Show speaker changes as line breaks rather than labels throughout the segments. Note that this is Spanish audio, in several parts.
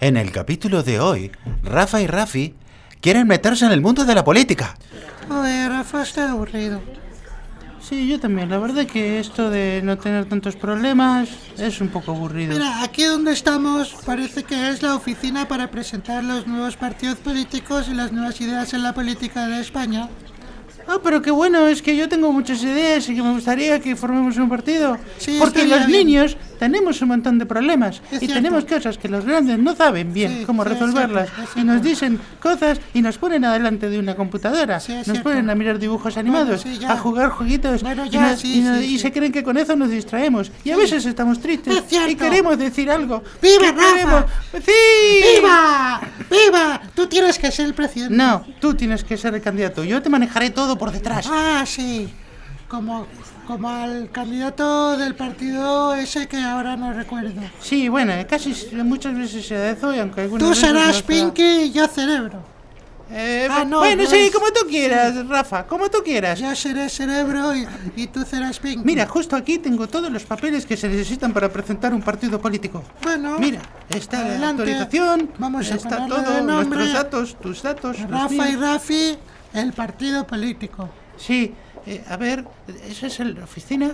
En el capítulo de hoy, Rafa y Rafi quieren meterse en el mundo de la política.
Joder, Rafa, está aburrido.
Sí, yo también. La verdad que esto de no tener tantos problemas es un poco aburrido.
Mira, aquí donde estamos parece que es la oficina para presentar los nuevos partidos políticos y las nuevas ideas en la política de España.
Ah, pero qué bueno, es que yo tengo muchas ideas y que me gustaría que formemos un partido.
Sí,
Porque
estaría
los
bien.
niños tenemos un montón de problemas
Es
y
cierto.
tenemos cosas que los grandes no saben bien
Sí,
cómo
sí, es
resolverlas.
cierto, es
y nos
cierto.
dicen cosas y nos ponen adelante de una computadora.
Sí,
nos
es cierto.
ponen a mirar dibujos animados,
sí, ya.
a jugar jueguitos
Bueno,
y,
ya,
nos-
sí,
y nos-
sí,
y
sí.
se creen que con eso nos distraemos. Y a veces estamos tristes
Es cierto.
y queremos decir algo.
¡Viva
¿Qué
Rafa!
queremos? ¡Sí!
¡Viva! ¡Viva! Tú tienes que ser el presidente.
No, tú tienes que ser el candidato. Yo te manejaré todo por detrás.
Ah, sí. Como, como al candidato del partido ese que ahora no recuerdo.
Sí, bueno, eh, casi s- muchas veces será eso y aunque algunas
Tú
veces
serás
no
Pinky y yo cerebro.
será. Eh,
Ah, no,
bueno,
no
sí,
es-
como tú quieras, Rafa, como tú quieras.
Yo seré cerebro y, y tú serás Pinky.
Mira, justo aquí tengo todos los papeles que se necesitan para presentar un partido político.
Bueno,
Mira, está la
Adelante.
autorización,
Vamos a
está
ponerle
todo,
de nombre.
nuestros datos, tus datos. los
Rafa y
míos.
Rafi, el partido político.
Sí, eh, a ver, ¿eso es el- la oficina?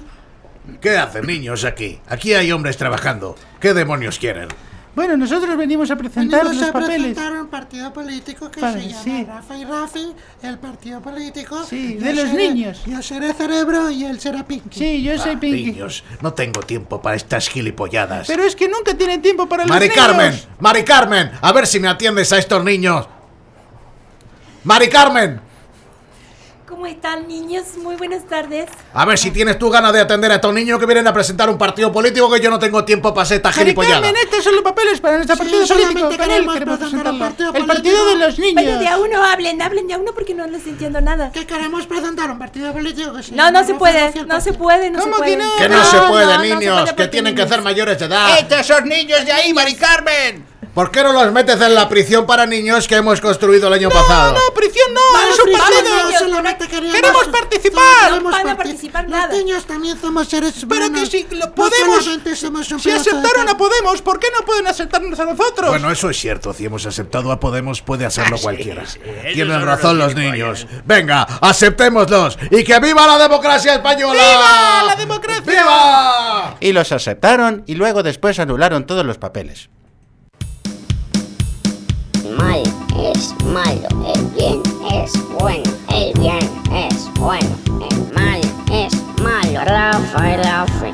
¿Qué hacen niños aquí? Aquí hay hombres trabajando. ¿Qué demonios quieren?
Bueno, nosotros venimos a presentar
Venimos
los
a
papeles.
presentar un partido político que
Padre,
se llama
sí.
Rafa y Rafi, el partido político.
Sí,
Yo
de los
seré-
niños.
Yo seré cerebro y él será Pinky.
Sí, yo soy
Ah,
Pinky.
Niños, no tengo tiempo para estas gilipolladas.
Pero es que nunca tienen tiempo para los
Mari
niños.
Carmen, Mari Carmen, a ver si me atiendes a estos niños. Mari Carmen,
¿Cómo están niños? Muy buenas tardes.
a ver si tienes tú ganas de atender a estos niños que vienen a presentar un partido político que yo no tengo tiempo para hacer estas
Mari
gilipolladas.
Carmen, estos son los papeles para nuestro
Sí,
partido
solamente
político. Con él
queremos
queremos
presentar un
presentarlo.
partido
el
político.
partido de los niños.
Bueno, de a uno hablen, hablen de a uno porque no les entiendo nada.
Que queremos presentar un partido político que se
No,
llama
no se
Rafa y Rafi,
puede,
el
no se
partido-
puede, no se
¿Cómo
puede.
que no?
Que no, se puede,
no se
niños,
puede
que
porque
tienen que
niños.
ser mayores de edad.
Eh.
son niños de ahí, Mari Carmen!
¿Por qué no los metes en la prisión para niños que hemos construido el año pasado?
No, prisión no,
No,
es un
Frida,
partido.
no, solamente queremos,
Queremos participar.
queremos
No van a
partic-
participar
Los
nada.
niños también somos seres
Pero
humanos.
que si lo
No
podemos,
solamente somos un
si
pedazo de
aceptaron a
carne.
Podemos, ¿por qué no pueden aceptarnos a nosotros?
Bueno, eso es cierto. Si hemos aceptado a Podemos, puede hacerlo
Ah, sí,
cualquiera.
sí, ellos
Tienen
son
razón
los
los
gilipollas.
niños. Venga, aceptémoslos. ¡Y que viva la democracia española!
¡Viva la democracia!
¡Viva!
Y los aceptaron y luego después anularon todos los papeles.
mal es malo, el bien es bueno, el bien es bueno, el mal es malo. Rafa y Rafi,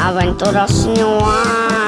aventuras sin igual.